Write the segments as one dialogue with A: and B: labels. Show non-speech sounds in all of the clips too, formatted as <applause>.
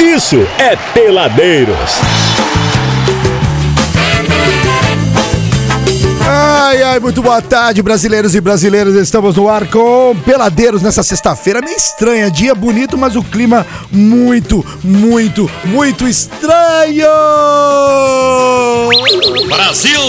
A: isso é Peladeiros.
B: Ai, ai, muito boa tarde, brasileiros e brasileiras. Estamos no ar com Peladeiros nessa sexta-feira. Meio estranha, dia bonito, mas o clima muito, muito, muito estranho.
C: Brasil!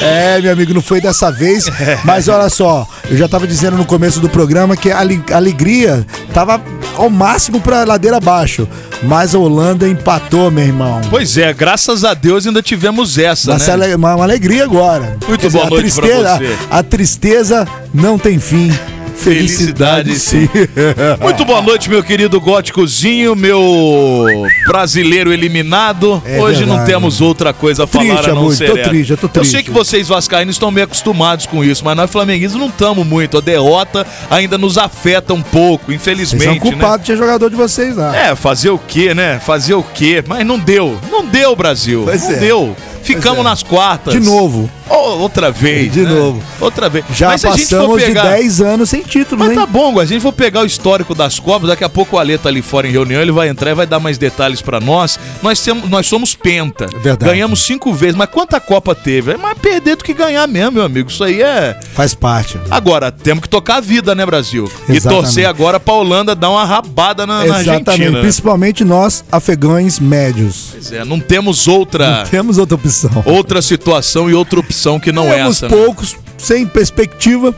B: É, meu amigo, não foi dessa vez, mas olha só, eu já tava dizendo no começo do programa que a ale- a alegria tava ao máximo pra ladeira abaixo, mas a Holanda empatou, meu irmão.
C: Pois é, graças a Deus ainda tivemos essa,
B: Vai ser
C: né?
B: ale- é uma, uma alegria agora.
C: Muito
B: Quer
C: boa
B: a
C: noite pra
B: tristeza,
C: você.
B: A, a tristeza não tem fim. Felicidade,
C: Felicidade,
B: sim.
C: Muito boa noite, meu querido góticozinho, meu brasileiro eliminado.
B: É
C: Hoje não
B: verdade.
C: temos outra coisa a falar
B: Triste,
C: a não
B: amor,
C: ser
B: tô
C: essa.
B: triste, eu tô
C: sei
B: triste.
C: que vocês vascaínos estão meio acostumados com isso, mas nós flamenguistas não estamos muito. A derrota ainda nos afeta um pouco,
B: Vocês
C: infelizmente,
B: são
C: né?
B: culpados é de ser jogador de vocês lá.
C: É, fazer o quê, né? Fazer o quê? Mas não deu. Não deu, Brasil.
B: Pois
C: não
B: é.
C: deu. Ficamos
B: é.
C: nas quartas.
B: De novo.
C: Ô, outra vez.
B: De
C: né?
B: novo.
C: Outra vez.
B: Já
C: Mas se a gente for
B: passamos
C: pegar-
B: de 10 anos sem título,
C: Mas
B: hein?
C: tá bom, Guazinho. Se a gente for pegar o histórico das Copas, daqui a pouco o Alê tá ali fora em reunião, ele vai entrar e vai dar mais detalhes pra nós. Nós, temos, nós somos penta.
B: Verdade.
C: Ganhamos cinco vezes, mas quanta Copa teve? É mais perder do que ganhar mesmo, meu amigo. Isso aí é.
B: Faz parte.
C: Agora, temos que tocar a vida, né, Brasil? E
B: Exatamente.
C: torcer agora pra Holanda dar uma rabada na, na Argentina. né?
B: Principalmente nós, afegães médios.
C: Pois é, não temos outra,
B: Temos outra opção.
C: outra situação e outra opção que não é
B: Temos
C: essa. né?
B: poucos, sem perspectiva.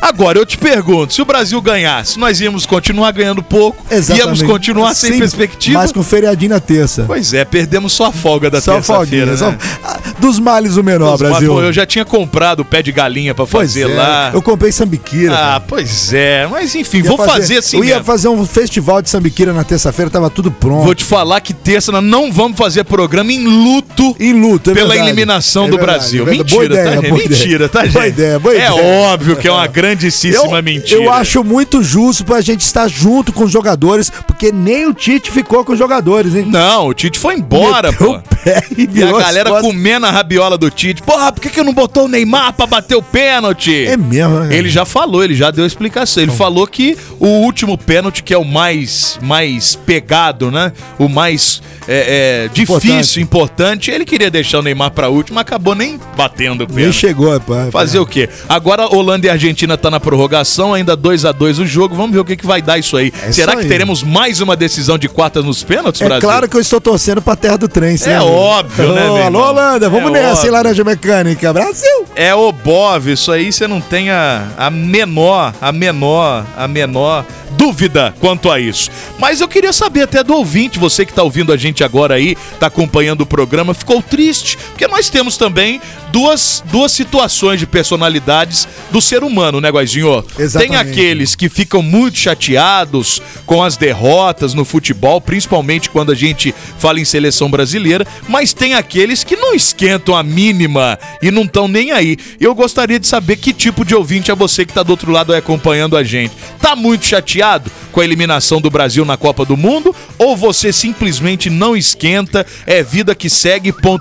C: Agora, eu te pergunto, se o Brasil ganhasse, nós íamos continuar ganhando pouco, íamos continuar sem, perspectiva.
B: Mas com feriadinho na terça.
C: Pois é, perdemos só a folga da
B: Só folguinha.
C: terça-feira, né?
B: só- Ah, Dos males o menor,
C: Mas,
B: Brasil.
C: pô, eu já tinha comprado o pé de galinha pra
B: Pois
C: fazer
B: é,
C: lá.
B: Eu comprei sambiquira.
C: Ah,
B: cara.
C: pois é, mas enfim,
B: Ia
C: vou fazer, assim
B: Eu ia
C: mesmo.
B: fazer um festival de sambiquira na terça-feira, tava tudo pronto.
C: Vou te falar que terça nós não vamos fazer programa em luto
B: Em luta, é
C: pela
B: verdade.
C: eliminação
B: É
C: do
B: verdade,
C: Brasil.
B: é verdade.
C: mentira,
B: Boa ideia,
C: tá, gente?
B: boa ideia.
C: Mentira, tá, gente?
B: Boa ideia, boa
C: é
B: ideia.
C: óbvio que é uma grandíssima mentira.
B: eu acho muito justo pra gente estar junto com os jogadores, porque nem o Tite ficou com os jogadores, hein?
C: Não, o Tite foi embora,
B: Meteu
C: pô.
B: o pé e
C: E a
B: virou as
C: galera
B: costas.
C: comendo a rabiola do Tite. Porra, por que, que não botou o Neymar pra bater o pênalti?
B: É mesmo, né?
C: Ele já falou, ele já deu a explicação. Ele falou que o último pênalti, que é o mais, mais pegado, né? O mais é, é, difícil, importante. ele queria deixar o Neymar pra último, acabou nem batendo o
B: Nem
C: pênalti.
B: chegou, rapaz.
C: Fazer o quê? Agora Holanda e Argentina tá na prorrogação, ainda 2 a 2 o jogo. Vamos ver o que, que vai dar isso aí.
B: É
C: Será
B: isso
C: que
B: aí.
C: teremos mais uma decisão de quartas nos pênaltis,
B: É
C: Brasil?
B: claro que eu estou torcendo pra terra do trem, sim,
C: É
B: amigo.
C: óbvio, né,
B: Alô,
C: meu
B: Alô,
C: irmão?
B: Holanda, vamos
C: É
B: nessa,
C: óbvio.
B: hein, Laranja Mecânica. Brasil!
C: É o Bov, isso aí você não tem a, a menor, a menor, a menor dúvida quanto a isso. Mas eu queria saber até do ouvinte, você que tá ouvindo a gente agora aí, tá acompanhando o programa, ficou triste, porque nós temos também duas, duas situações de personalidades do ser humano, né, Guazinho? Tem
B: Exatamente.
C: aqueles que ficam muito chateados com as derrotas no futebol, principalmente quando a gente fala em seleção brasileira, mas tem aqueles que não esquentam a mínima e não estão nem aí. Eu gostaria de saber que tipo de ouvinte é você que está do outro lado aí acompanhando a gente. Tá muito chateado com a eliminação do Brasil na Copa do Mundo ou você simplesmente não esquenta? É vida que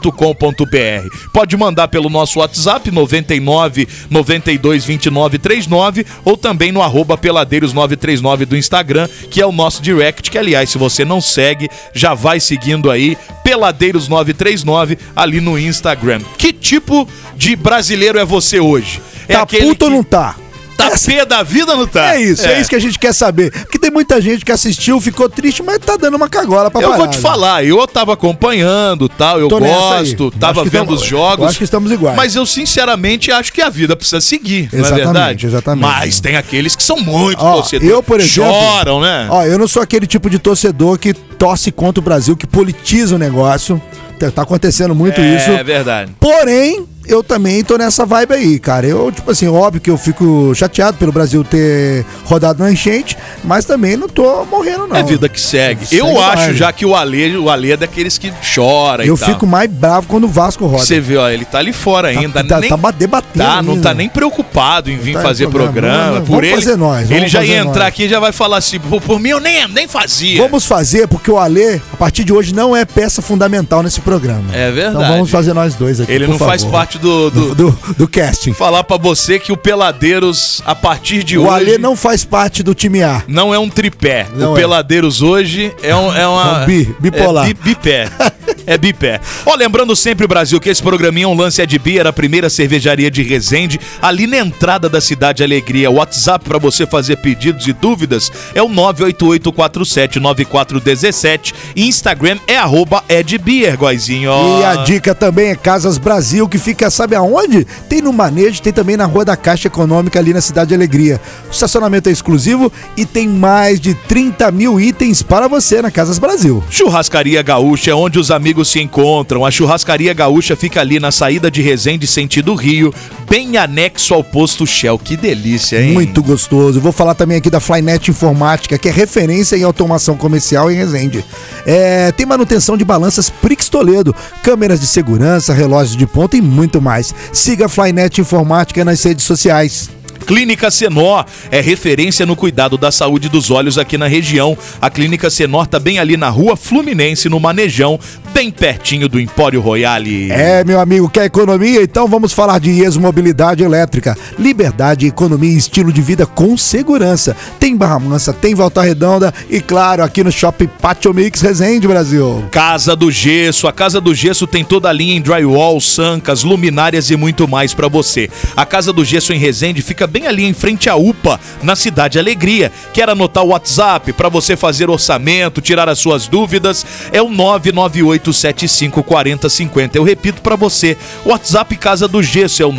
C: segue.com.br. Pode mandar pelo nosso WhatsApp 99 92 29 39 ou também no arroba peladeiros 939 do Instagram, que é o nosso direct, que aliás, se você não segue, já vai seguindo aí peladeiros 939 ali no Instagram. Que tipo de brasileiro é você hoje? É
B: tá
C: aquele
B: puto ou
C: que
B: não tá?
C: tá pé da vida ou não tá?
B: É isso, é. isso que a gente quer saber. Porque tem muita gente que assistiu, ficou triste, mas tá dando uma cagola pra
C: Eu vou
B: parada.
C: te falar, eu tava acompanhando, tal, eu
B: Tô nessa
C: gosto,
B: aí.
C: tava
B: Acho que
C: vendo
B: tamo-
C: os jogos.
B: eu acho que estamos iguais.
C: Mas eu sinceramente acho que a vida precisa seguir, não é
B: Exatamente,
C: verdade?
B: exatamente.
C: Mas tem aqueles que são muito
B: Ó,
C: torcedores.
B: eu, por exemplo.
C: Choram, né?
B: Ó, eu não sou aquele tipo de torcedor que torce contra o Brasil, que politiza o negócio. Tá- Tá acontecendo muito isso.
C: É verdade.
B: Porém, eu também tô nessa vibe aí, cara. Eu, tipo assim, óbvio que eu fico chateado pelo Brasil ter rodado na enchente, mas também não tô morrendo, não.
C: É vida que segue.
B: Segue
C: eu
B: o
C: acho
B: baile.
C: já que tá o Ale, o Ale é daqueles que chora
B: Eu
C: e tal.
B: fico mais bravo quando o Vasco roda.
C: Você vê, ó, ele tá ali fora ainda,
B: tá,
C: nem
B: tá ba- debatendo.
C: Tá, não tá
B: ainda.
C: nem preocupado em vir
B: tá em
C: fazer
B: programa,
C: programa.
B: não, não.
C: Por
B: Vamos
C: ele,
B: fazer nós,
C: ele
B: vamos
C: já
B: fazer
C: ia
B: nós.
C: entrar aqui e já vai falar assim, por, por mim eu nem, nem fazia.
B: Vamos fazer, porque o Alê, a partir de hoje, não é peça fundamental nesse programa.
C: É verdade.
B: Então vamos fazer nós dois aqui.
C: Ele
B: por
C: não faz
B: favor.
C: parte parte do. do-
B: do, do casting.
C: Falar pra você que o Peladeiros, a partir de
B: O
C: hoje.
B: Alê não faz parte do time A.
C: Não é um tripé.
B: Não
C: o
B: é.
C: Peladeiros hoje é, um, é uma.
B: É um bi- bipolar.
C: É bi-
B: <laughs>
C: bipé. É bipé. Ó, lembrando sempre, Brasil, que esse programinha, um lance é de Bia, era a primeira cervejaria de Resende, ali na entrada da Cidade Alegria. O WhatsApp pra você fazer pedidos e dúvidas é o 988479417. E um Instagram é arroba edbeer, Goizinho.
B: E a dica também é Casas Brasil, que fica, sabe aonde? Tem no Manejo, tem também na Rua da Caixa Econômica, ali na Cidade de Alegria. O estacionamento é exclusivo e tem mais de 30 mil itens para você na Casas Brasil.
C: Churrascaria Gaúcha é onde os amigos se encontram. A Churrascaria Gaúcha fica ali na saída de Resende, sentido Rio, bem anexo ao posto Shell. Que delícia, hein?
B: Muito gostoso. Vou falar também aqui da Flynet Informática, que é referência em automação comercial em Resende. É, tem manutenção de balanças Prix Toledo, câmeras de segurança, relógios de ponta e muito mais. Siga a Flynet Informática nas redes sociais.
C: Clínica Senor é referência no cuidado da saúde dos olhos aqui na região. A Clínica Senor tá bem ali na Rua Fluminense, no Manejão, bem pertinho do Empório Royale.
B: É, meu amigo, quer economia? Então vamos falar de IES Mobilidade Elétrica. Liberdade, economia e estilo de vida com segurança. Tem Barra Mansa, tem Volta Redonda e, claro, aqui no Shopping Pátio Mix Resende, Brasil.
C: Casa do Gesso. A Casa do Gesso tem toda a linha em drywall, sancas, luminárias e muito mais pra você. A Casa do Gesso em Resende fica bem ali em frente à UPA, na Cidade Alegria. Quer anotar o WhatsApp pra você fazer orçamento, tirar as suas dúvidas? É o 998754050. Eu repito pra você, o WhatsApp Casa do Gesso é o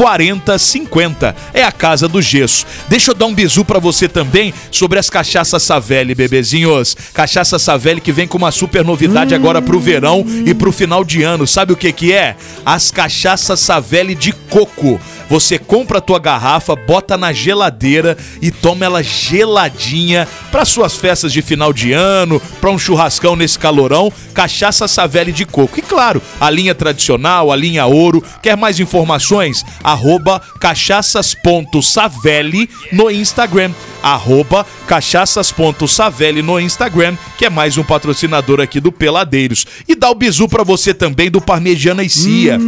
C: 998754050. É a Casa do Gesso. Deixa eu dar um bizu pra você também sobre as cachaças Savelli, bebezinhos. Cachaça Savelli que vem com uma super novidade agora pro verão e pro final de ano. Sabe o que que é? As cachaças Savelli de coco. Você compra a tua garrafa, bota na geladeira e toma ela geladinha para suas festas de final de ano, para um churrascão nesse calorão, cachaça Savelli de coco. E claro, a linha tradicional, a linha ouro. Quer mais informações? Arroba cachaças.savelli no Instagram. Arroba cachaças.savelli no Instagram, que é mais um patrocinador aqui do Peladeiros. E dá o bizu para você também do Parmegiana e Cia.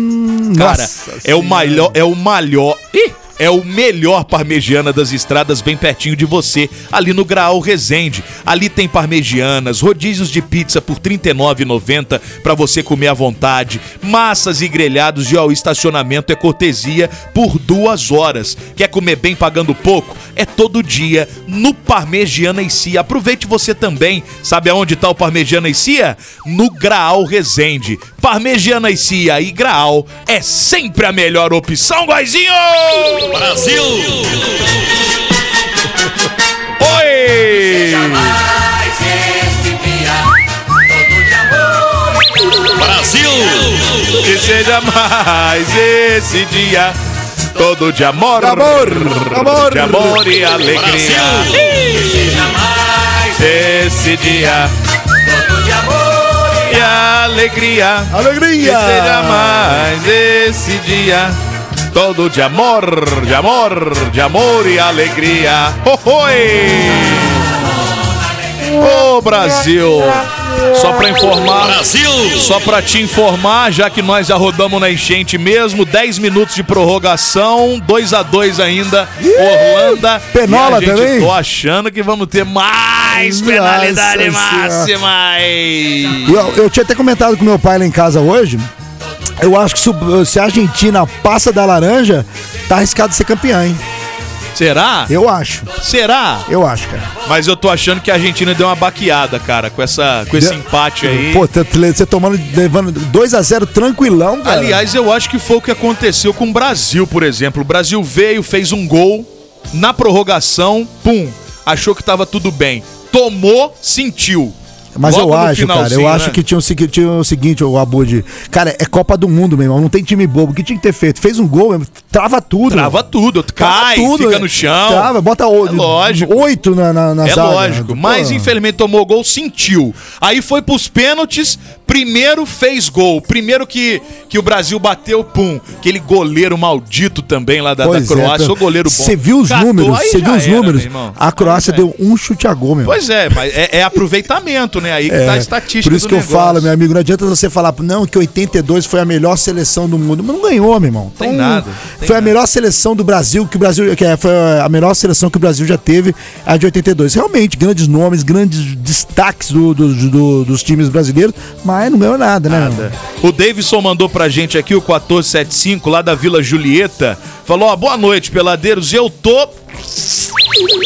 C: Cara,
B: nossa
C: é o melhor, é o melhor. Ih! É o melhor parmegiana das estradas bem pertinho de você, ali no Graal Resende. Ali tem parmegianas, rodízios de pizza por R$ 39,90 para você comer à vontade, massas e grelhados e ó, o estacionamento é cortesia por duas horas. Quer comer bem pagando pouco? É todo dia no Parmegiana e Cia. Aproveite você também. Sabe aonde tá o Parmegiana e Cia? No Graal Resende. Parmegiana e Cia e Graal é sempre a melhor opção, Guaizinho!
D: Brasil!
C: Oi!
E: Jamais este dia, todo de amor.
D: Brasil!
C: Que seja mais esse dia todo de amor,
B: Amor, amor.
C: de amor e alegria.
D: Brasil!
E: Jamais
C: Esse dia
E: todo de amor.
C: e alegria. Que
B: Alegria!
C: seja mais esse dia todo de amor, de amor, de amor e alegria. Oi! Ô Brasil! Só pra informar,
D: Brasil!
C: só pra te informar, já que nós já rodamos na enchente mesmo, 10 minutos de prorrogação, 2 a 2 ainda, Orlanda.
B: Penola
C: e a gente
B: também?
C: Tô achando que vamos ter mais
B: Nossa
C: penalidade
B: Senhora.
C: máxima. hein?
B: Eu, eu tinha até comentado com meu pai lá em casa hoje. Eu acho que se, o- se a Argentina passa da laranja, tá arriscado ser campeã, hein?
C: Será?
B: Eu acho.
C: Será?
B: Eu acho, cara.
C: Mas eu tô achando que a Argentina deu uma baqueada, cara, com, essa, com esse empate aí.
B: Pô, tá- você tomando, levando 2x0 tranquilão, cara.
C: Aliás, eu acho que foi o que aconteceu com o Brasil, por exemplo. O Brasil veio, fez um gol, na prorrogação, pum, achou que tava tudo bem. Tomou, sentiu.
B: Mas
C: Logo
B: eu
C: no
B: acho, cara, eu
C: finalzinho,
B: acho
C: né?
B: que tinha o, segui- tinha o seguinte, o Abud. Cara, é Copa do Mundo, meu irmão. Não tem time bobo. O que tinha que ter feito? Fez um gol, meu, irmão, trava tudo.
C: Trava
B: meu.
C: tudo, cai, fica
B: é.
C: no chão.
B: Trava, bota o,
C: É lógico.
B: oito na, na, na
C: É
B: zaga. né?
C: lógico, mas
B: Pô.
C: infelizmente tomou gol, sentiu. Aí foi pros pênaltis, primeiro fez gol. Primeiro que, que o Brasil bateu, pum. Aquele goleiro maldito também lá Tá, da, da
B: Pois é,
C: Croácia,
B: cara.
C: o goleiro bom.
B: Você viu os
C: Catou,
B: números,
C: aí
B: você
C: já
B: viu os
C: era,
B: números.
C: meu irmão. é.
B: A Croácia
C: Aí já
B: deu um chute a gol, meu.
C: Pois é, mas é, é aproveitamento, né? Aí que
B: É,
C: tá a estatística
B: Por isso
C: do
B: que eu
C: negócio.
B: falo, meu amigo, não adianta você falar, não, que 82 foi a melhor seleção do mundo. Mas não ganhou, meu irmão. Então,
C: Tem nada, tem
B: foi a
C: nada.
B: melhor seleção do Brasil que o Brasil. Que é, foi a melhor seleção que o Brasil já teve, a de 82. Realmente, grandes nomes, grandes destaques do- do- do- dos times brasileiros, mas não ganhou nada, né, meu irmão?
C: O Davidson mandou pra gente aqui o 1475 lá da Vila Julieta. Falou: ó, boa noite, peladeiros. Eu tô.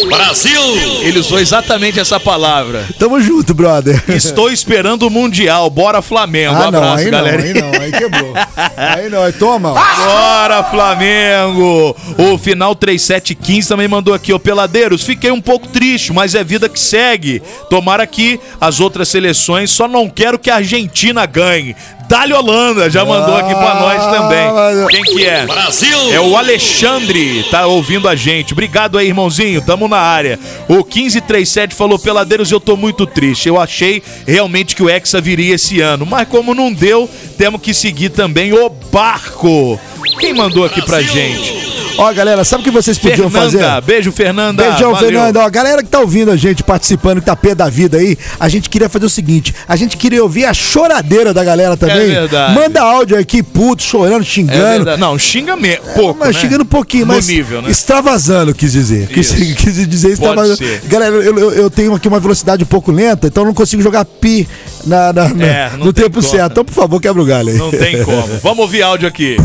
E: Brasil!
C: Ele usou exatamente essa palavra.
B: Tamo junto, brother.
C: Estou esperando o Mundial. Bora Flamengo.
B: Ah, não,
C: Um Abraço,
B: aí não,
C: galera.
B: aí não,
C: <laughs>
B: aí quebrou. Aí não, aí toma. ó.
C: Bora, Flamengo! O final 3715 também mandou aqui, ô Peladeiros, fiquei um pouco triste, mas é vida que segue. Tomara que as outras seleções, só não quero que a Argentina ganhe. Dali Holanda já mandou aqui
B: Ah,
C: pra nós também. Quem que é?
E: Brasil!
C: É o Alexandre, tá ouvindo a gente. Obrigado aí, irmãozinho. Tamo na área. O 1537 falou: Peladeiros, eu tô muito triste. Eu achei realmente que o Hexa viria esse ano. Mas como não deu, temos que seguir também o barco. Quem mandou aqui pra gente?
B: Ó, galera, sabe o que vocês podiam fazer?
C: Fernanda. Beijo, Fernanda.
B: Beijão,
C: Valeu.
B: Fernando. Ó, galera que tá ouvindo a gente, participando, que tá pé da vida aí, a gente queria fazer o seguinte: a gente queria ouvir a choradeira da galera também.
C: É verdade.
B: Manda áudio aqui, puto, chorando,
C: É
B: xingando.
C: verdade. Não, xinga mesmo. Pouco,
B: mas
C: né?
B: xingando um pouquinho,
C: No
B: mas
C: nível, né?
B: extravasando, quis dizer. Quis,
C: Isso.
B: <laughs> quis dizer extravasando.
C: ser.
B: Galera, eu, eu- eu tenho aqui uma velocidade um pouco lenta, então eu não consigo jogar pi na, na- na-
C: É, não
B: no
C: tem
B: tempo
C: como.
B: certo. Então, por favor, quebra o galho aí.
C: Não tem como. Vamos ouvir áudio aqui.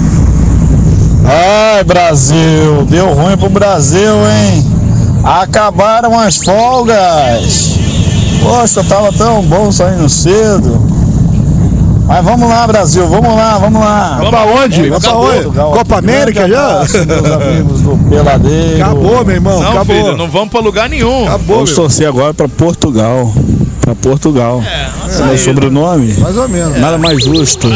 D: Ai, Brasil, deu ruim pro Brasil, hein? Acabaram as folgas. Poxa, tava tão bom saindo cedo. Mas vamos lá, Brasil, vamos lá, vamos lá.
C: Vamos pra
B: onde? Vamos pra onde? Copa América já?
D: Meus amigos do
B: <laughs>
D: Peladeiro.
B: Acabou, meu irmão.
C: Não,
B: acabou.
C: filho, não vamos pra lugar nenhum.
B: Acabou,
D: Vamos
B: meu.
D: torcer agora pra Portugal. Pra Portugal. É, meu sobrenome?
B: Mais ou menos.
D: Nada mais justo.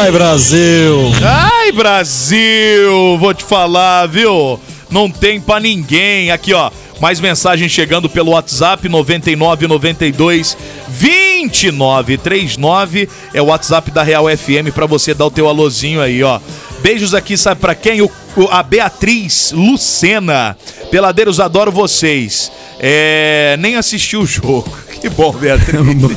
D: Ai, Brasil.
C: Ai, Brasil! Vou te falar, viu? Não tem pra ninguém. Aqui, ó. Mais mensagem chegando pelo WhatsApp 9992 2939 é o WhatsApp da Real FM pra você dar o teu alôzinho aí, ó. Beijos aqui, sabe pra quem? O, o- a Beatriz Lucena. Peladeiros, adoro vocês. É, nem assisti o jogo. <laughs> Que bom, Beatriz.
B: <laughs> Um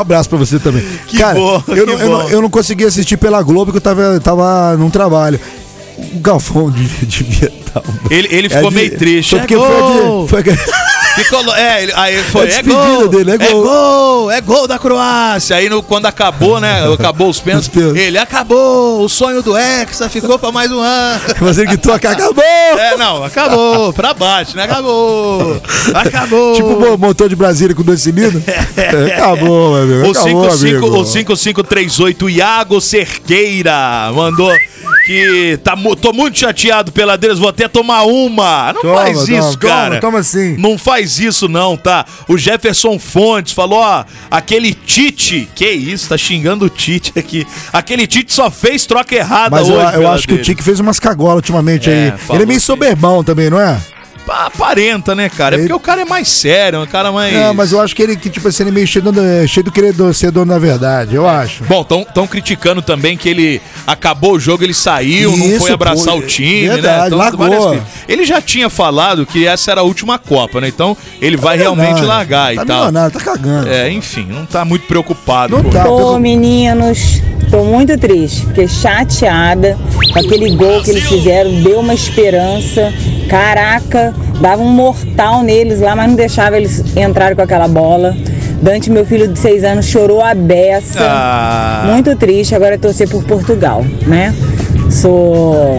B: abraço pra você também.
C: Que
B: Cara,
C: bom, que
B: eu, não, eu, não,
C: bom.
B: eu não consegui assistir pela Globo porque eu tava, tava num trabalho. O Galfão de, <laughs> devia um estar.
C: Ele,
B: É
C: ele ficou meio triste. né?
B: Foi porque foi,
C: Gol!
B: de, foi que- <laughs>
C: Ficou lo- é, ele- aí ele foi,
B: A
C: é
B: despedida
C: gol,
B: dele, é
C: é
B: gol."
C: gol, é gol da Croácia. Aí no- quando acabou, né, acabou os pênaltis,
B: Os pênaltis.
C: ele acabou, o sonho do Hexa ficou pra mais um ano.
B: Mas ele gritou, acabou!
C: É, não, acabou, pra baixo, né, acabou, acabou.
B: Tipo o motor de Brasília com dois cilindros.
C: <laughs>
B: É, acabou, meu amigo.
C: o
B: acabou,
C: 55
B: amigo.
C: o 5538 Iago Cerqueira mandou que tá, mu- tô muito chateado pela deles, vou até tomar uma. Não
B: Toma,
C: faz
B: toma, assim.
C: isso,
B: toma,
C: cara.
B: toma sim.
C: Não faz isso não, tá? O Jefferson Fontes falou, ó, aquele Tite, que isso, tá xingando o Tite aqui. Aquele Tite só fez troca errada
B: Mas
C: hoje.
B: eu, eu
C: pela
B: acho que o
C: deles.
B: Tique fez umas cagolas ultimamente
C: É,
B: aí. Ele
C: falou
B: é meio
C: que-
B: soberbão também, não é?
C: aparenta, né, cara? É
B: Ele-
C: porque o cara é mais sério, é um cara mais
B: É, mas eu acho que ele, que, tipo assim, ele é meio cheio do, é, cheio do querer ser dono da verdade, eu acho.
C: Bom, estão criticando também que ele acabou o jogo, ele saiu, não
B: Isso,
C: foi abraçar
B: pô,
C: o time,
B: verdade,
C: né?
B: largou.
C: várias críticas. Ele já tinha falado que essa era a última Copa, né? Então ele vai realmente
B: Milionário.
C: largar
B: tá
C: e tal.
B: milionário, tá cagando.
C: É, enfim, não tá muito preocupado.
B: Não
C: pô.
B: tá, pelo-
F: Ô meninos, tô muito triste, fiquei chateada com aquele gol que eles fizeram, deu uma esperança. Caraca, dava um mortal neles lá, mas não deixava eles entrarem com aquela bola. Dante, meu filho de seis anos, chorou a beça.
B: tá.
C: Ah.
F: Muito triste, agora é torcer por Portugal, né? Sou.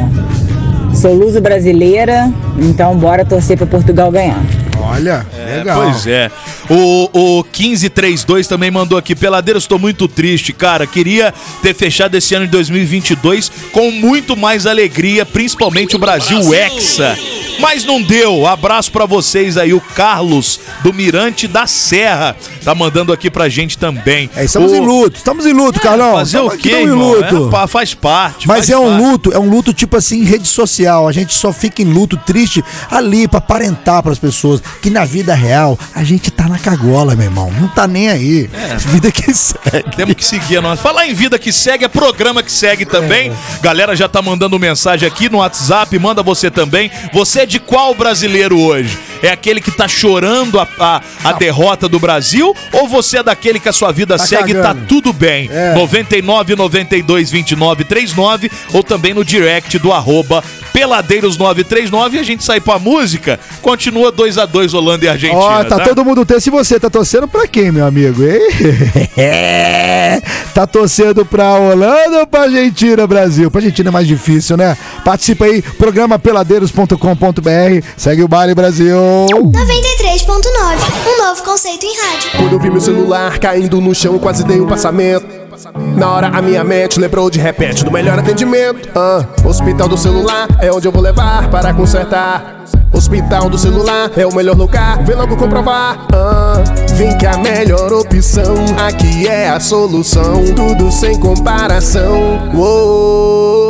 F: Sou luso brasileira, então bora torcer pra Portugal ganhar.
B: Olha, legal.
C: Pois é. O, o 1532 também mandou aqui. Peladeiros, tô muito triste, cara. Queria ter fechado esse ano de 2022 com muito mais alegria, principalmente o Brasil, Hexa. Mas não deu. Abraço pra vocês aí. O Carlos do Mirante da Serra tá mandando aqui pra gente também.
B: É, estamos
C: O-
B: em luto, estamos em luto, Carlão.
C: é, Fazer o
B: Estamos aqui,
C: quê,
B: estamos
C: irmão?
B: em luto.
C: É, pá, faz parte.
B: Mas
C: faz
B: é um
C: parte.
B: luto, é um luto tipo assim, em rede social. A gente só fica em luto triste ali pra aparentar pras pessoas que na vida real a gente tá na cagola, meu irmão. Não tá nem aí.
C: É.
B: Vida que <laughs> segue.
C: Temos que seguir a nossa. Falar em vida que segue, é programa que segue também. Galera já tá mandando mensagem aqui no WhatsApp, manda você também. Você é de qual brasileiro hoje? é aquele que tá chorando a, a, a derrota do Brasil? Ou você é daquele que a sua vida
B: Tá
C: segue e tá
B: cagando.
C: tudo bem?
B: É.
C: 99 92 29 39 ou também no direct do arroba peladeiros939 e a gente sai pra música. Continua 2 a 2 Holanda e Argentina.
B: Ó, tá todo mundo torcendo. Se você tá torcendo pra quem, meu amigo? hein? tá torcendo pra Holanda ou pra Argentina, Brasil? Pra Argentina é mais difícil, né? Participa aí, programa peladeiros.com.br. Segue o baile, Brasil.
G: 93.9, um novo conceito em rádio.
H: Quando eu vi meu celular caindo no chão, eu quase dei um passamento. Na hora a minha mente lembrou de repente do melhor atendimento. Ah, hospital do celular é onde eu vou levar para consertar. Hospital do celular é o melhor lugar, vem logo comprovar. Ah, vem que a melhor opção aqui é a solução, tudo sem comparação. Uou.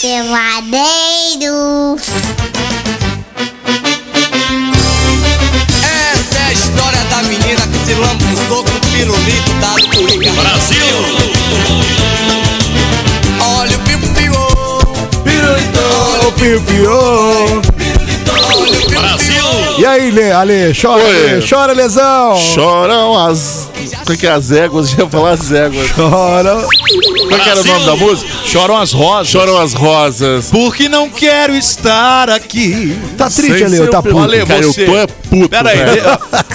G: Peladeiros.
I: Essa é a história da menina que se lambuzou com o pirulito da cuica.
E: Brasil!
I: Olha o piu-piu,
B: Ô, Pio Pio.
I: olha o piu-piu.
E: Brasil!
B: E aí, Lê, Ale, chora,
J: Oi.
B: Lê, chora, lesão.
J: Choram as. Como é que é as éguas? Já ia falar as éguas.
B: Chora.
J: Como é que era o nome da música?
C: Choram as rosas.
J: Choram as rosas.
C: Porque não quero estar aqui.
B: Tá triste,
J: Sem
B: Ale, ou
J: ser
B: tá
J: o
B: puto?
C: Ale,
J: Cara, eu
C: você-
J: tô é puto.
C: Pera aí,
J: velho.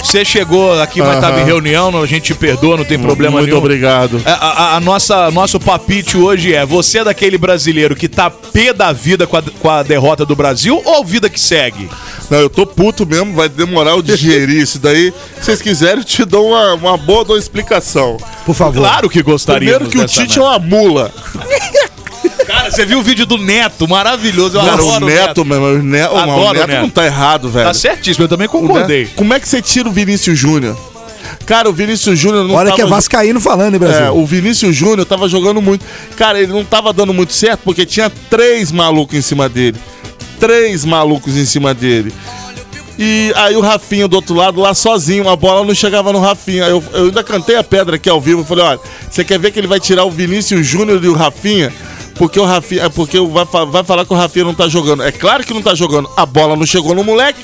C: você chegou aqui, mas tava em reunião, não- a gente te perdoa, não tem problema
J: Muito
C: nenhum. É,
J: obrigado.
C: A, a- a nossa nosso papite hoje é: você é daquele brasileiro que tá pé da vida com a, com a derrota do Brasil ou vida que segue?
J: Não, eu tô puto mesmo, vai demorar eu digerir isso daí. Se vocês quiserem, eu te dou uma, uma boa dou uma explicação.
B: Por favor.
C: Claro que gostaria.
J: Primeiro que o Tite é uma mula.
C: Cara, você viu o vídeo do Neto, maravilhoso. Eu
J: Cara, o
C: adoro
J: Neto, meu irmão, o Ne- o Neto,
C: Adoro o Neto.
J: não tá errado, velho.
C: Tá certíssimo, eu também
J: O Neto-
C: concordei.
J: Como é que você tira o Vinícius Júnior? Cara, o Vinícius Júnior não
B: Olha que é
J: tava
B: vascaíno falando, hein, Brasil?
J: tá É, o Vinícius Júnior tava jogando muito. Cara, ele não tava dando muito certo porque tinha três malucos em cima dele. Três malucos em cima dele. E aí o Rafinha do outro lado, lá sozinho, a bola não chegava no Rafinha. Aí Eu, eu ainda cantei a pedra aqui ao vivo. Falei, olha, você quer ver que ele vai tirar o Vinícius Júnior e o Rafinha? Porque o Rafinha. é Porque o- vai, fa- vai falar que o Rafinha não tá jogando. É claro que não tá jogando. A bola não chegou no moleque.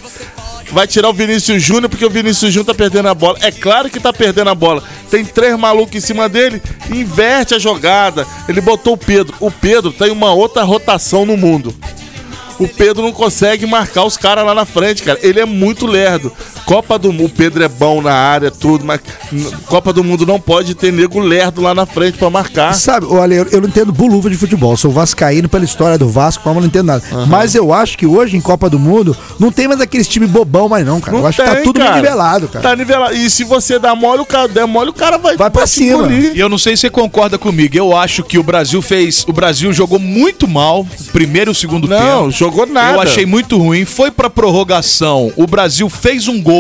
J: Vai tirar o Vinícius Júnior porque o Vinícius Júnior tá perdendo a bola. É claro que tá perdendo a bola. Tem três malucos em cima dele, inverte a jogada. Ele botou o Pedro. O Pedro tem uma outra rotação no mundo. O Pedro não consegue marcar os caras lá na frente, cara. Ele é muito lerdo. Copa do Mundo, o Pedro é bom na área, tudo, mas n- Copa do Mundo não pode ter nego lerdo lá na frente pra marcar.
B: Sabe, olha, eu, eu não entendo buluva de futebol. Sou vascaíno pela história do Vasco, mas eu não entendo nada. Mas eu acho que hoje, em Copa do Mundo, não tem mais aqueles time bobão mais não, cara. eu acho que tá
J: tem,
B: tudo
J: cara.
B: nivelado, cara.
J: Tá nivelado. E se você dá mole, o cara, der mole, o cara vai,
B: Vai pra
J: te
B: cima.
J: engolir.
C: E eu não sei se você concorda comigo. Eu acho que o Brasil fez. O Brasil jogou muito mal, primeiro e segundo tempo.
J: Não, jogou nada.
C: Eu achei muito ruim. Foi pra prorrogação. O Brasil fez um gol,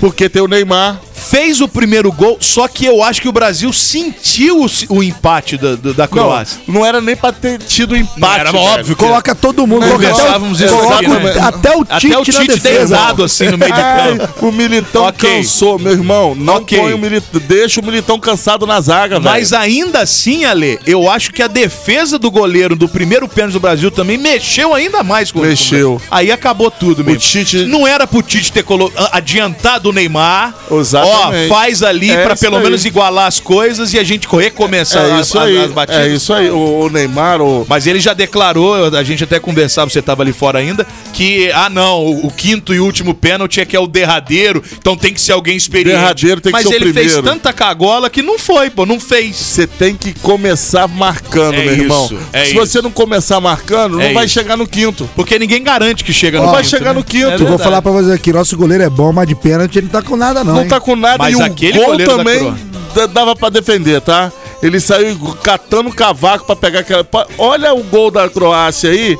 J: Porque tem o Neymar.
C: fez o primeiro gol, só que eu acho que o Brasil sentiu o, o empate da, da, da
J: Não,
C: Croácia.
J: não era nem pra ter tido empate.
C: Não, era
J: velho.
C: óbvio que-
B: Coloca todo mundo.
C: Não,
B: Coloca até,
C: conversávamos
B: o,
C: isso
B: coloca
C: aqui, né?
B: o- até o Tite,
C: Até o
B: na
C: Tite
B: defesa.
C: deitado assim no meio de
J: Ai,
C: campo.
J: o Militão
C: Ok.
J: cansou, meu irmão. Não
C: Ok.
J: põe o Militão. Deixa o Militão cansado na zaga, velho.
C: Mas ainda assim, Ale, eu acho que a defesa do goleiro do primeiro pênalti do Brasil também mexeu ainda mais com com-
J: Mexeu.
C: Aí acabou tudo mesmo.
J: Tite-
C: Não era pro Tite ter colo... a- adiantado o Neymar.
J: Exatamente.
C: Ó, faz ali
J: É
C: pra
J: isso
C: pelo
J: aí.
C: menos igualar as coisas e a gente recomeçar
J: É
C: as-
J: isso
C: as-
J: aí.
C: as batidas.
J: É isso aí. O, o Neymar, o.
C: Mas ele já declarou, a gente até conversava, você tava ali fora ainda, que, ah não, o, o quinto e último pênalti é que é o derradeiro, então tem que ser alguém experiente.
J: Derradeiro tem que
C: Mas
J: ser o
C: ele fez
J: primeiro.
C: tanta cagola que não foi, pô, não fez.
J: Você tem que começar marcando,
C: É
J: meu
C: isso,
J: irmão.
C: é
J: Se
C: isso.
J: você não começar marcando, não
C: É
J: vai
C: isso.
J: chegar no quinto.
C: Porque ninguém garante que chega no
J: Não vai
C: quinto,
J: chegar
C: né?
J: no quinto.
C: É
B: Eu vou
C: verdade.
B: falar pra vocês aqui, nosso goleiro é bom, mas de pênalti ele não tá com nada, não.
J: Não
B: hein?
J: tá com nada
C: Mas
J: e o
C: aquele
J: gol
C: goleiro da
J: também
C: Croácia.
J: d- dava pra defender, tá? Ele saiu catando um cavaco pra pegar aquela. pa- Olha o gol da Croácia aí.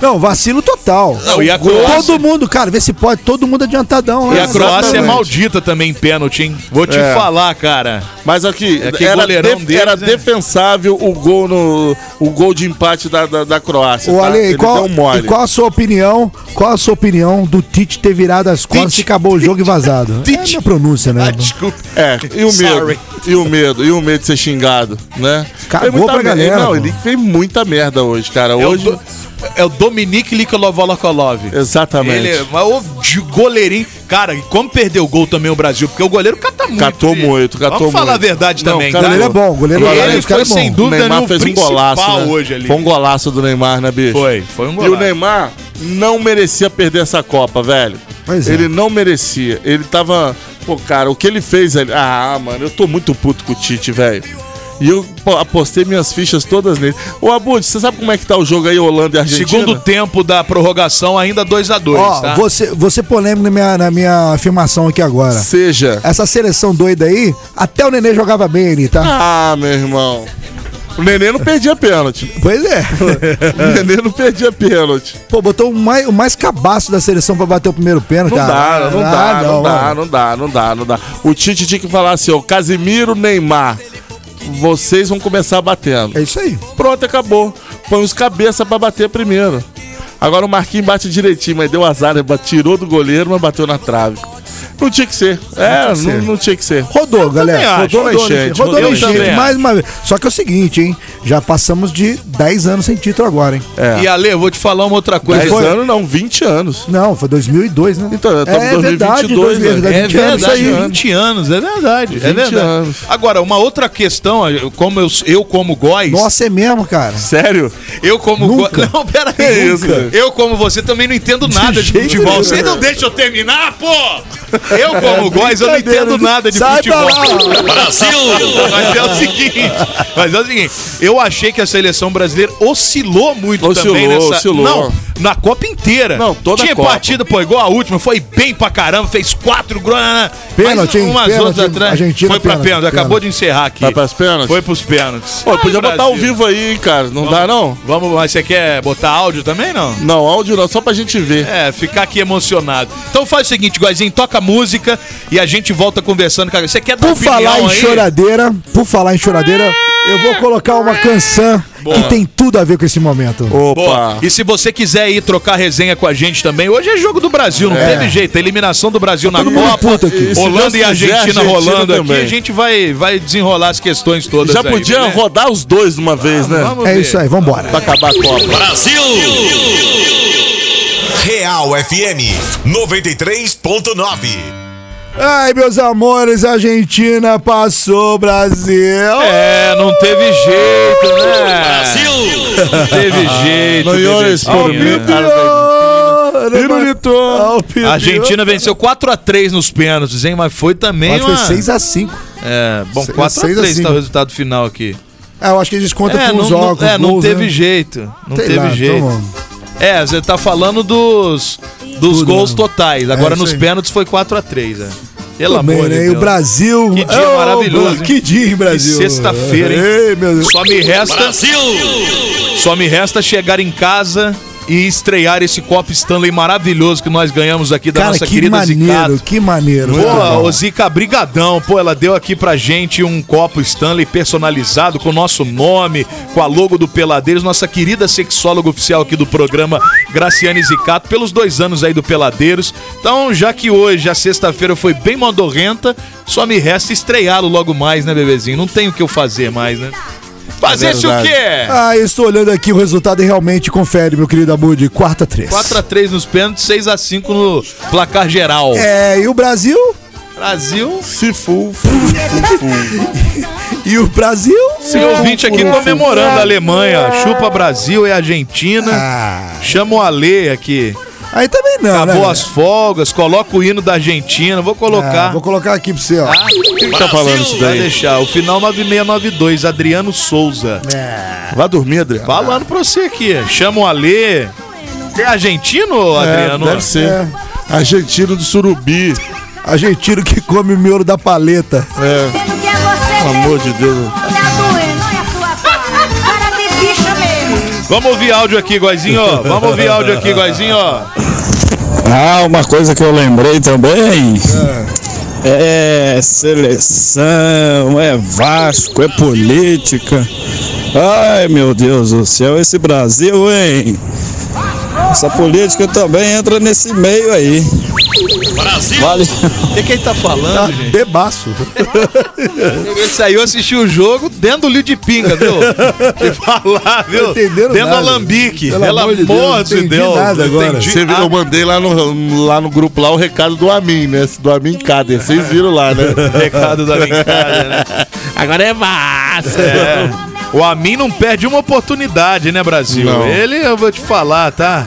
B: Não, vacilo total.
C: Não, e a Croácia-
B: Todo mundo, cara, vê se pode, todo mundo adiantadão.
C: E
B: né?
C: a Croácia é
B: Exatamente.
C: maldita também em pênalti, hein? Vou te
J: É.
C: falar, cara.
J: Mas aqui,
C: É que
J: era,
C: goleirão
J: def-
C: deles,
J: era
C: né?
J: defensável o gol no o gol de empate da, da, da Croácia.
B: Ô,
J: tá?
B: Ale, e
J: Ele
B: qual,
J: deu mole.
B: e qual a sua opinião? Qual a sua opinião do Tite ter virado as costas e acabou o jogo e vazado? É a minha pronúncia,
C: Ah,
B: né?
J: É, e o medo.
B: Sorry.
J: E o medo, e o medo de ser xingado, né?
B: Cagou
J: Fez muita
B: pra
J: merda.
B: galera,
J: Não,
B: pô.
J: ele fez muita merda hoje, cara.
C: É o,
J: Hoje.
C: do, é o Dominique Licolovolokolov.
J: Exatamente.
C: Ele é mas o de goleirinho. Cara, e como perdeu o gol também o Brasil? Porque o goleiro cata muito.
J: Catou
C: né?
J: muito, catou
C: Vamos falar
J: muito.
C: a verdade
J: Não,
C: também.
J: cara,
C: tá?
B: Ele é bom, o goleiro
C: ele,
B: é bom,
C: ele
B: os caras
C: foi
B: é bom.
C: sem
J: O
C: dúvida
J: Neymar
C: no
J: fez um
C: principal
J: golaço. né?
C: hoje ali.
J: Foi um golaço do Neymar, né, bicho?
C: Foi, foi um
J: E
C: golaço.
J: o Neymar não merecia perder essa Copa, velho.
B: Pois é.
J: Ele não merecia. Ele tava. Pô, cara, o que ele fez ali. Ah, mano, eu tô muito puto com o Tite, velho. E eu pô, apostei minhas fichas todas nele. Ô, Abud, você sabe como é que tá o jogo aí, Holanda e Argentina?
C: Segundo tempo da prorrogação, ainda 2 a 2
B: Ó,
C: tá?
B: você, você polêmico na minha, na minha afirmação aqui agora.
J: Seja.
B: Essa seleção doida aí, até o Nenê jogava bem ali, tá?
J: Ah, meu irmão. O Nenê não perdia pênalti.
B: Pois é.
J: O Nenê não perdia pênalti.
B: Pô, botou o mais, o mais cabaço da seleção pra bater o primeiro pênalti,
J: Não
B: cara.
J: dá, não
B: Ah,
J: dá, não dá,
B: mano.
J: não dá, não dá, não dá. O Tite tinha que falar assim, ó, Casimiro, Neymar, vocês vão começar batendo.
B: É isso aí.
J: Pronto, acabou. Põe os cabeça pra bater primeiro. Agora o Marquinhos bate direitinho, mas deu azar, ele bate- tirou do goleiro, mas bateu na trave. Não tinha que ser.
B: tinha
J: É,
B: que
J: não,
B: ser.
J: não tinha que ser.
B: Rodou, galera.
J: acho,
B: Rodou,
J: rodou
B: rodou,
J: na enchente,
B: rodou,
J: rodou
B: na
J: na
B: enchente,
J: enchente.
B: mais uma vez. Só que é o seguinte, hein? Já passamos de 10 anos sem título agora, hein?
J: É.
C: E Ale, eu vou te falar uma outra coisa.
J: 10
B: foi-
J: anos não, 20 anos.
B: Não, foi 2002, né?
J: Então, estamos em
B: é verdade,
J: 2022,
B: 2022,
J: né?
C: É
B: 20 anos, um, isso
C: verdade,
B: aí.
C: 20 anos, é verdade, é
J: 20
C: verdade.
J: anos.
C: Agora, uma outra questão, eu- como eu, eu como góis,
B: Nossa, é mesmo, cara.
J: Sério?
C: eu como
B: nunca.
C: góis, não, pera aí,
J: Que isso,
C: Nunca.
J: velho?
C: eu como você também não entendo nada de,
B: jeito
C: futebol,
B: nenhum.
C: você não deixa eu terminar, pô! Eu como góis, eu não entendo nada de
B: Sai pra
C: futebol.
E: Brasil!
C: Mas é o seguinte, mas é o seguinte, eu achei que a seleção brasileira oscilou muito
J: Oscilou,
C: também nessa.
J: oscilou.
C: Não, na Copa inteira.
J: Não, toda a
C: Tinha
J: Copa.
C: partida, pô, igual a última, foi bem pra caramba, fez quatro né, gols. nananã.
B: Pênalti,
C: Mas
B: hein?
C: umas
B: Pênalti,
C: outras atrás.
B: Argentina,
C: foi pra
B: pênalti,
C: pênalti, acabou
B: pênalti.
C: de encerrar aqui.
J: Vai pras pênaltis?
C: Foi pros pênaltis.
J: Pô, podia
C: Ai,
J: botar ao
C: Brasil.
J: vivo aí, cara. Não
C: Vamos-
J: dá, não?
C: é Vamos, mas você quer botar áudio também, não?
J: Não, áudio não, só pra gente ver.
C: É, ficar aqui emocionado. Então faz o seguinte, Guazinho, toca a música e a gente volta conversando. cara. Você quer dar
B: Por
C: opinião
B: falar em
C: aí?
B: choradeira, por falar em choradeira, eu vou colocar uma canção que tem tudo a ver com esse momento.
J: Opa.
C: Boa. E se você quiser ir trocar resenha com a gente também, hoje é jogo do Brasil, não teve jeito. A eliminação do Brasil na
B: Tá Todo mundo
C: Copa,
B: puto aqui.
J: E se Deus
C: Holanda e
J: quiser,
C: Argentina,
J: Argentina
C: rolando
J: também.
C: aqui. A gente vai, vai desenrolar as questões todas.
J: Já
C: aí,
J: podia
C: beleza?
J: rodar os dois de uma vez, né?
C: Vamos
B: É
C: ver.
B: isso aí, vambora.
J: Pra acabar a Copa.
E: Brasil!
K: Real FM 93.9.
B: Ai, meus amores, a Argentina passou, Brasil.
C: É, não teve jeito, né?
E: Brasil!
C: Não teve jeito. teve
J: Senhores,
C: jeito,
J: por
C: né?
J: mim, cara,
C: A Argentina venceu 4x3 nos pênaltis, hein? Mas foi também.
B: Mas foi
C: uma-
B: 6x5.
C: É, bom,
B: Seis- seis a
C: 4x3 tá
B: cinco.
C: o resultado final aqui.
B: É, eu acho que eles contam
C: É,
B: com
C: não,
B: os
C: não-
B: óculos.
C: é, não
B: gols,
C: teve
B: né?
C: jeito. Não
B: Sei
C: teve
B: lá,
C: jeito.
B: então,
C: É, você tá falando dos, dos
B: Tudo,
C: gols
B: né?
C: totais. Agora
B: É, isso
C: nos
B: aí.
C: pênaltis foi 4x3, né? Pelo
B: Tudo bem,
C: amor
B: né?
C: de
B: E
C: Deus.
B: o Brasil.
C: Que dia
B: Ô,
C: maravilhoso,
B: Bra- Que dia, hein, Brasil?
C: sexta-feira, hein?
B: Ei, meu Deus.
C: Só me resta,
E: Brasil!
C: só me resta chegar em casa e estrear esse copo Stanley maravilhoso que nós ganhamos aqui da
B: Cara,
C: nossa
B: que
C: querida
B: maneiro,
C: Zicato.
B: que maneiro. Muito
C: Pô,
B: bom.
C: ô Zica, brigadão. Pô, ela deu aqui pra gente um copo Stanley personalizado com o nosso nome, com a logo do Peladeiros, nossa querida sexóloga oficial aqui do programa, Graciane Zicato, pelos dois anos aí do Peladeiros. Então, já que hoje, a sexta-feira, foi bem mandorrenta, só me resta estreá-lo logo mais, né, bebezinho? Não tem o que eu fazer mais, né? Fazer-se o
J: verdade.
C: quê?
B: Ah, eu estou olhando aqui o resultado e realmente confere, meu querido Abud. Quarta 3.
C: 4x3 nos pênaltis, 6x5 no placar geral.
B: É, e o Brasil?
C: Brasil.
J: Se fu, fu, fu, fu.
B: E o Brasil?
C: Tem ouvinte aqui comemorando a Alemanha.
J: É.
C: Chupa Brasil e Argentina.
J: Ah.
C: Chama o Ale aqui.
B: Ah, Aí também não,
C: Acabou
B: né?
C: as folgas, coloca o hino da Argentina. Vou
B: Ah,
J: É,
C: colocar.
B: vou colocar aqui pra você, ó.
J: Quem que tá falando isso
C: Vai
J: daí?
C: deixar. O final 9692, Adriano Souza.
J: É. Vai dormir, Adriano.
C: Falando pra você aqui. Chama o Ale. Você é argentino,
J: É,
C: Adriano?
J: deve ser.
B: É.
J: Argentino do Surubi.
B: Argentino que come o miolo da paleta.
J: É, pelo amor de Deus.
G: Brasil!
C: Vamos ouvir áudio aqui, Goizinho.
J: <laughs>
C: Vamos ouvir áudio aqui, Goizinho.
D: Ah, uma coisa que eu lembrei também. É seleção, é Vasco, é política. Ai meu Deus do céu, esse Brasil, hein? Essa política também entra nesse meio aí.
C: Brasil! O que, que ele tá falando, gente?
B: Bebaço.
C: Ele saiu assistir o jogo dentro do Lio de Pinga,
J: <laughs>
C: viu? Te falar, viu?
J: Não entenderam
C: dentro do
J: nada.
C: Alambique.
J: Pelo amor de Deus, não entendi nada agora. Você viu, eu mandei lá no, lá no grupo lá o recado do Amin, né? Esse Do Amin Kader. Vocês viram lá, né?
C: <laughs> Recado
J: <laughs>
C: do Amin Kader, né?
J: Agora é massa.
C: É. O Amin não perde uma oportunidade, né, Brasil?
J: Não.
C: Ele, eu vou te falar, tá?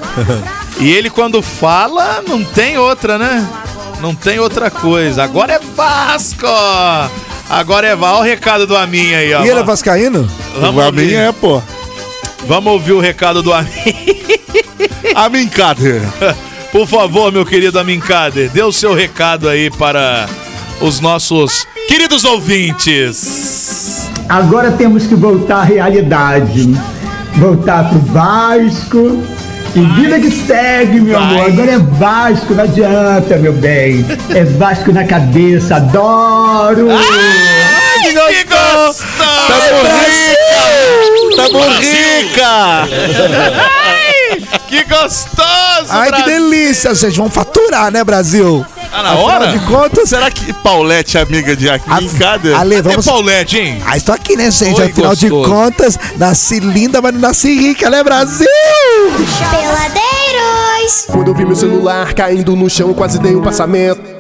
C: E ele, quando fala, não tem outra, né? Não tem outra coisa. Agora é Vasco! Agora é Val. Olha o recado do Amin aí, ó.
B: E ele é vascaíno?
C: Vamos ouvir.
J: é, pô.
C: Vamos ouvir o recado do Amin.
J: Amin Kader.
C: <laughs> Por favor, meu querido Amin Kader, dê o seu recado aí para os nossos queridos ouvintes.
L: Agora temos que voltar à realidade. Voltar pro Vasco. E vida que segue, meu amor. Agora é Vasco, não adianta, meu bem. É Vasco na cabeça, adoro!
C: Que gostoso!
B: Tá
J: Tá Tamo rica!
C: Que gostoso!
B: Ai, que delícia, gente. Vamos faturar, né, Brasil?
C: Tá
J: na hora?
B: De contas,
J: Será que tá Paulette é amiga de Amin Kader?
B: Ale, vamos...
C: É Paulette, hein?
B: Ah, estou aqui, né, gente?
J: Oi,
B: Afinal de
J: gostoso.
B: contas, nasci linda, mas não nasci rica, né, Brasil?
G: Peladeiros.
H: Quando eu vi meu celular caindo no chão, quase dei um passamento.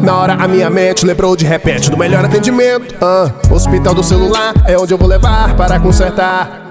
H: Na hora a minha mente lembrou de repente do melhor atendimento. Ah, hospital do celular é onde eu vou levar para consertar.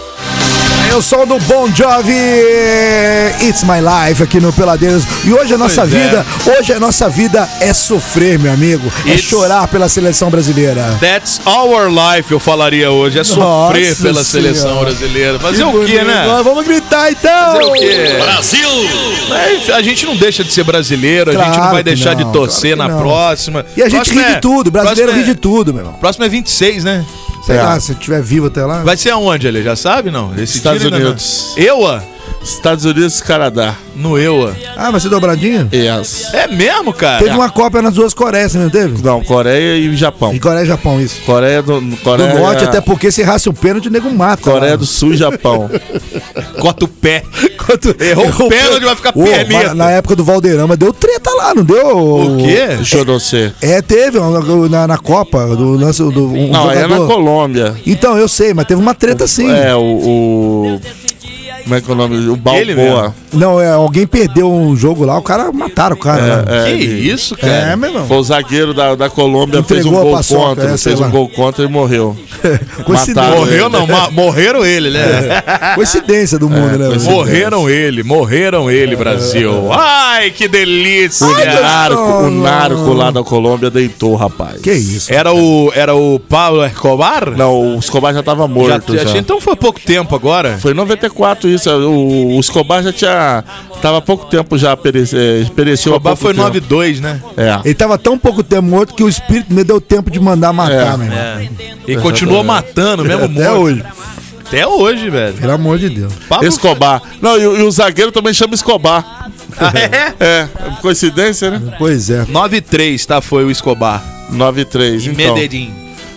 B: Eu sou do Bon Jovi, It's My Life aqui no Peladeiros. E hoje a nossa
C: Pois é.
B: vida, hoje a nossa vida é sofrer, meu amigo. É
C: It's-
B: chorar pela seleção brasileira.
C: That's our life, eu falaria hoje. É sofrer
B: Nossa
C: pela
B: Senhora.
C: seleção brasileira. Fazer o
B: bonito.
C: quê, né?
B: Vamos gritar então!
C: Fazer o quê?
E: Brasil!
C: Mas A gente não deixa de ser brasileiro, a gente não
B: Claro
C: vai
B: que
C: deixar
B: não,
C: de torcer
B: claro que
C: na
B: não.
C: próxima.
B: E a gente
C: Próxima
B: ri
C: é-
B: de tudo, brasileiro ri
C: próxima é-
B: de tudo, meu irmão.
C: Próximo é 26, né?
B: Sei
J: É.
B: lá, se eu estiver vivo até lá.
C: Vai ser aonde, ele Já sabe, não? Esse
J: Estados
C: tiro ainda
J: Unidos.
C: Não. EUA?
J: Estados Unidos e Canadá.
C: No EUA.
B: Ah, vai ser dobradinha?
J: Yes.
C: É mesmo, cara?
B: Teve uma Copa nas duas Coreias, você não teve?
J: Não, Coreia e Japão.
B: E Coreia e Japão, isso.
J: Coreia do
B: Do
J: Coreia,
B: norte, até porque se raça o pênalti, o nego mata.
J: Coreia
B: lá.
J: do Sul e Japão. <laughs>
C: Corta o pé.
B: Quanto... <laughs>
C: Errou o pênalti, vai ficar
B: um- Ô,
C: permitido.
B: mas Na época do Valderama deu treta lá, não deu?
C: O quê?
J: Deixa eu não ser.
B: É, teve uma- na, na Copa do lance do um
J: Não, é na
B: jogador.
J: Colômbia.
B: então, eu sei, mas teve uma treta assim. sim.
J: É, o, o- Como é que é o nome? O
C: Ele
J: Balboa.
C: mesmo.
B: Não, é, alguém perdeu um jogo lá, o cara mataram o cara. né?
J: É,
C: Que
J: ele-
C: isso,
B: É,
C: cara?
B: meu irmão.
J: Foi o zagueiro da, da Colômbia,
B: Entregou
J: fez um
B: a
J: gol
B: paçoca,
J: contra.
B: é, sei
J: fez
B: lá.
J: um gol contra e morreu.
B: Coincidência.
J: Mataram
C: Morreu
J: ele.
C: não, ma- morreram ele,
B: É.
C: né?
B: Coincidência
J: É,
B: do mundo, né? velho?
C: Morreram ele, morreram ele, Brasil. Ai, que delícia!
J: O narco,
B: gostoso.
J: o narco lá da Colômbia deitou, rapaz.
B: Que isso?
C: Era o, era o Paulo Escobar?
J: Não, o Escobar já tava
C: Já-
J: morto.
C: já-
J: já.
C: Então foi pouco tempo agora.
J: Foi em 94 isso. é, O, o Escobar já tinha. Tava há pouco tempo já perece, eh, pereceu. há
C: Escobar
J: pouco
C: foi
J: tempo.
C: 9-2, né?
J: É.
B: Ele tava tão pouco tempo morto que o espírito me deu tempo de mandar matar,
J: É,
B: meu irmão.
C: E continuou matando mesmo
B: Até
C: morto.
B: hoje.
C: Até hoje, velho.
B: Pelo amor de Deus.
C: Pablo-
J: Escobar. Não, e, o- e o zagueiro também chama Escobar.
C: Ah, é?
J: É, coincidência, né?
B: Pois é.
C: 9-3, tá? Foi o Escobar.
J: 9-3.
C: Em
J: Então.
C: Medellín.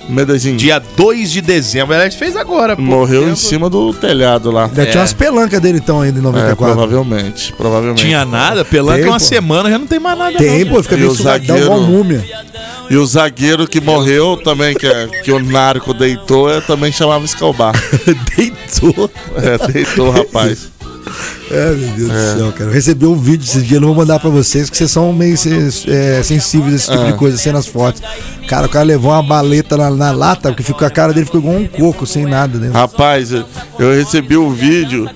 J: Medellín.
C: Dia 2 de dezembro. Aliás, fez agora. há pouco
J: Morreu em
C: tempo.
J: cima do telhado lá.
B: Ainda tinha umas pelancas dele então ainda em
J: É,
B: 94.
J: provavelmente, provavelmente.
C: Tinha nada, pelanca
J: Tem,
C: uma
J: pô.
C: semana já não tem mais nada.
J: Tem,
C: não,
J: pô,
C: gente.
J: fica bem E o sugadão, zagueiro- igual múmia. E o zagueiro que morreu também, que, é- que o narco deitou, é, também chamava Escalbar.
B: deitou?
J: É, deitou, rapaz.
B: É, meu Deus
J: É.
B: do céu, cara. Eu recebi um vídeo esse dia, eu não vou mandar pra vocês, que vocês são meio se- é, sensíveis a esse tipo
J: Ah.
B: de coisa, cenas fortes. Cara, o cara levou uma baleta na, na lata, porque ficou, a cara dele ficou igual um coco, sem nada, né?
J: Rapaz, eu- eu recebi um vídeo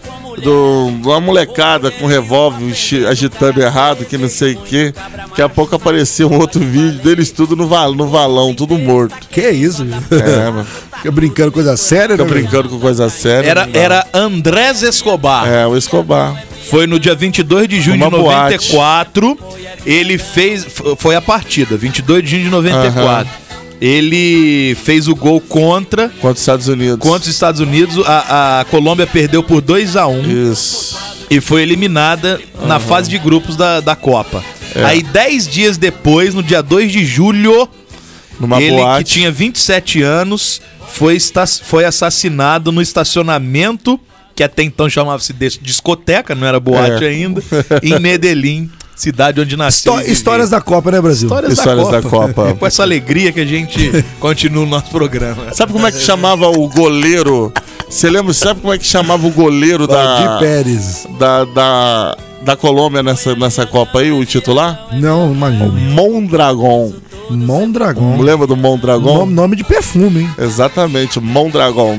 J: do- de uma molecada com revólver enchi- agitando errado, que não sei o quê. Daqui a pouco apareceu um outro vídeo deles tudo no, val, no valão, tudo morto.
B: Que isso?
J: É, mano.
B: <laughs> Fica brincando coisa séria,
J: Fica
B: né, meu?
J: brincando com coisa séria.
C: Era,
J: não dá.
C: era Andrés Escobar.
J: É, o Escobar.
C: Foi no dia 22 de junho
J: Uma
C: de 94. Ele fez. f- Foi a partida, 22 de junho de 94. Ele fez o gol contra.
J: Contra os Estados Unidos.
C: Contra os Estados Unidos. A, a Colômbia perdeu por 2 a 1
J: Isso.
C: E foi eliminada na fase de grupos da, da Copa.
J: É.
C: Aí, 10 dias depois, no dia 2 de julho,
J: Numa
C: ele
J: boate.
C: que tinha 27 anos foi, esta- foi assassinado no estacionamento, que até então chamava-se de- discoteca, não era boate
J: É.
C: ainda, em Medellín, cidade onde nasceu.
B: Histó-
C: e viveu.
B: Histórias da Copa, né, Brasil?
J: Histórias da Copa.
C: É com essa alegria que a gente continua o nosso programa.
J: <laughs> Sabe como é que chamava o goleiro? Você lembra? Sabe como é que chamava o goleiro da.
B: Valdir Pérez.
J: Da, da, da Colômbia nessa, nessa Copa aí, o titular?
B: Não, imagina.
J: Mondragon.
B: Mondragon.
J: Lembra do Mondragon?
B: Nome, nome de perfume, hein?
J: Exatamente, Mondragon.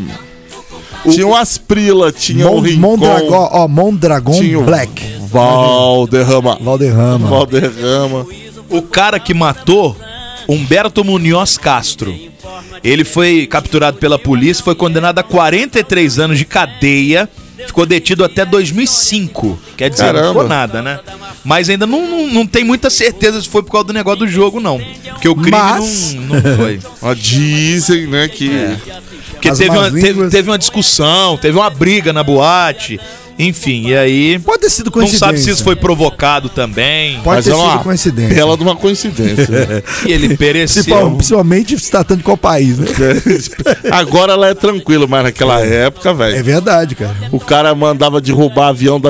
J: tinha o Asprila, tinha o
B: Mon-
J: Rincon.
B: Mondragon, ó, Mondragon
J: Tinha o
B: Black.
J: Valderrama.
B: Valderrama.
J: Valderrama.
C: O cara que matou Humberto Munhoz Castro. Ele foi capturado pela polícia, foi condenado a 43 anos de cadeia, ficou detido até 2005. Quer dizer, não ficou
J: Caramba.
C: nada, né? Mas ainda não, não, não tem muita certeza se foi por causa do negócio do jogo, não. Porque o crime
J: Mas-
C: não, não foi. É.
J: Ó, dizem, né, <laughs> que.
C: Porque
J: As
C: teve
J: más
C: uma, teve, teve uma discussão, teve uma briga na boate. Enfim, e aí.
B: Pode ter sido
C: Não sabe se
B: coincidência.
C: isso foi provocado também.
B: Pode
C: Mas
B: ter
C: é
B: sido
C: uma-
B: coincidência.
J: Bela de
B: <laughs>
J: uma coincidência. né?
C: E ele pereceu.
B: Principal-
J: um
B: Principalmente se tratando de qual país, né?
J: Agora ela é tranquilo, mas naquela época, velho.
B: É verdade, cara.
J: O cara mandava derrubar avião da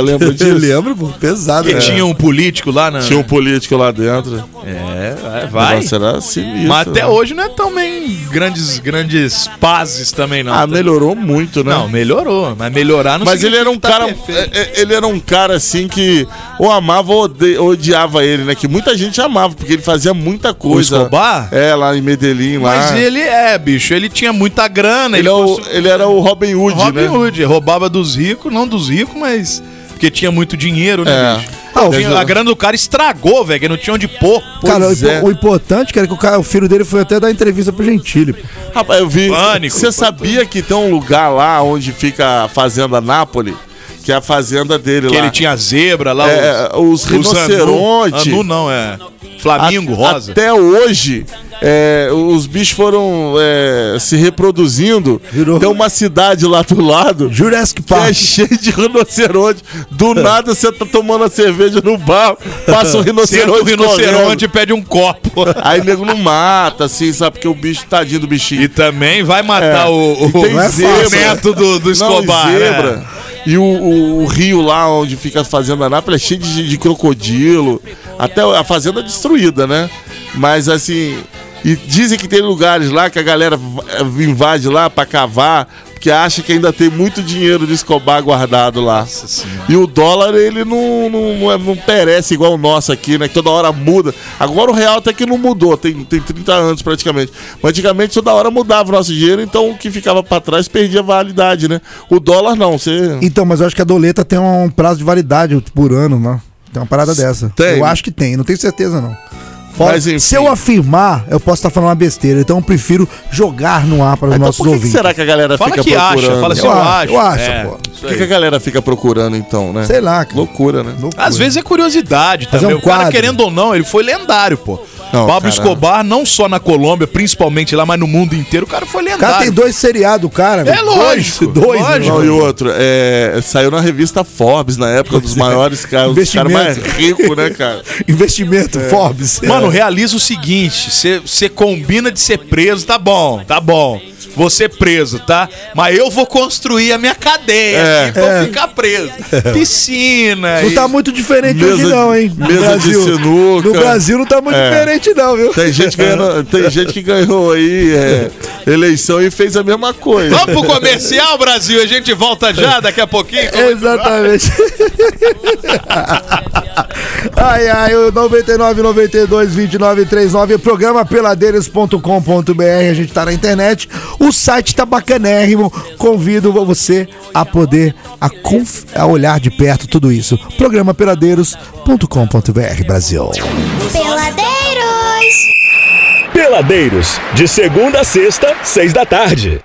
B: <laughs>
J: lembra disso?
B: Eu lembro, pô. Pesado,
C: Porque
B: né?
C: tinha um político lá
B: é.
C: na.
J: É. Tinha um político lá dentro.
C: É,
J: O
C: vai.
J: negócio era sinistro,
C: Mas até
J: né?
C: hoje não é também grandes, grandes pazes também, não. tá?
J: Ah, melhorou muito, né?
C: Não, melhorou. Mas melhorar não
J: Mas ele era um
C: significa que tá
J: cara.
C: perfeito.
J: é- é- Ele era um cara assim que ou amava ou ode- ou odiava ele, né? Que muita gente amava, porque ele fazia muita coisa.
C: Escobar?
J: É, lá em Medellín, lá.
C: Mas ele é, bicho. Ele tinha muita grana.
J: Ele é o- ele era o Robin Hood,
C: Robin
J: né?
C: Hood. Roubava dos ricos, não dos ricos, mas. Porque tinha muito dinheiro, né,
J: É.
C: bicho?
B: Ah, o-
C: Tinha- a grana do cara estragou, velho, que não tinha onde pôr.
B: Cara, o, impo- o importante, cara, é que o, cara- o filho dele foi até dar entrevista pro Gentili. pô.
J: Rapaz, eu vi.
C: Pânico.
J: Você sabia que tem um lugar lá onde fica a Fazenda Nápoles? Que é a fazenda dele
C: Que
J: lá.
C: ele tinha zebra lá,
J: É, os rinocerontes.
C: Anu, anu não, é. Flamingo,
J: A-
C: rosa.
J: Até hoje, é, os bichos foram é, se reproduzindo. Tem uma cidade lá do lado.
B: Jurassic
J: Park. Que é cheia de rinoceronte. Do nada você tá tomando a cerveja no bar, passa um rinoceronte.
C: É. <laughs> Senta o rinoceronte
J: correndo.
C: e pede um copo.
J: Aí nego não mata, assim, sabe? Porque o bicho, tadinho do bichinho.
C: <laughs>
J: É.
C: E também vai matar o, o,
J: E tem
C: o
J: zebra.
C: neto do, do Escobar.
J: Não, e
C: né?
J: zebra. E o, o- o rio lá onde fica a fazenda Nápoles é cheio de, de crocodilo. Até a fazenda é destruída, né? Mas assim. E dizem que tem lugares lá que a galera va- invade lá pra cavar, porque acha que ainda tem muito dinheiro de Escobar tá guardado lá. e o dólar, ele não, não, não, é- não perece igual o nosso aqui, né? Que toda hora muda. Agora o real até que não mudou, tem, tem 30 anos praticamente. Mas antigamente toda hora mudava o nosso dinheiro, então o que ficava pra trás perdia validade, né? O dólar não, você.
B: Então, mas eu acho que a doleta tem um prazo de validade por ano, né? Tem uma parada dessa.
J: Tem.
B: Eu acho que tem, não tenho certeza, não.
J: Mas, enfim.
B: se eu afirmar, eu posso estar falando uma besteira, então eu prefiro jogar no ar para os
J: Então
B: nossos
J: por que que,
B: ouvintes.
J: será que a galera
C: Fala
J: fica
C: que acha,
J: procurando?
C: fala assim,
B: Eu
C: eu,
B: acho,
C: acho.
B: eu acho, pô.
J: Por que, que a galera fica procurando então, né?
B: Sei lá, cara.
J: Loucura, né?
C: Às vezes é curiosidade
B: Fazer
C: também.
B: um
C: o cara,
B: quadro.
C: querendo ou não, ele foi lendário, pô. Não, Pablo
B: cara.
C: Escobar, não só na Colômbia, principalmente lá, mas no mundo inteiro, o cara foi lendário.
B: cara tem dois seriados, cara.
C: É
B: velho.
C: lógico,
B: Dois, dois
C: lógico.
J: Não, e outro, é, saiu na revista Forbes na época, um dos maiores caras, um dos caras mais
B: Investimento.
J: ricos, né, cara?
B: Investimento, Forbes. É.
C: Mano, realiza o seguinte: você combina de ser preso, tá bom, tá bom. Você preso, tá? Mas eu vou construir a minha cadeia
J: É.
C: aqui pra eu
J: É.
C: ficar preso. Piscina.
B: Não tá
C: e-
B: muito diferente
J: Mesa
B: hoje,
J: de-
B: não, hein? No
J: mesa de sinuca.
B: No Brasil não tá muito
J: É.
B: diferente, não,
J: <laughs>
B: viu?
J: Tem gente, ganhando- tem gente que ganhou aí é, eleição e fez a mesma coisa.
C: Vamos pro comercial, Brasil. A gente volta já daqui a pouquinho.
B: Exatamente. ai, ai, o 99 92 29 39, programa peladeiros.com.br. A gente tá na internet. O site tá bacanérrimo. Convido você a poder a, conf- a olhar de perto tudo isso. Programa peladeiros.com.br, Brasil.
G: Peladeiros.
A: Peladeiros, de segunda a sexta, seis da tarde.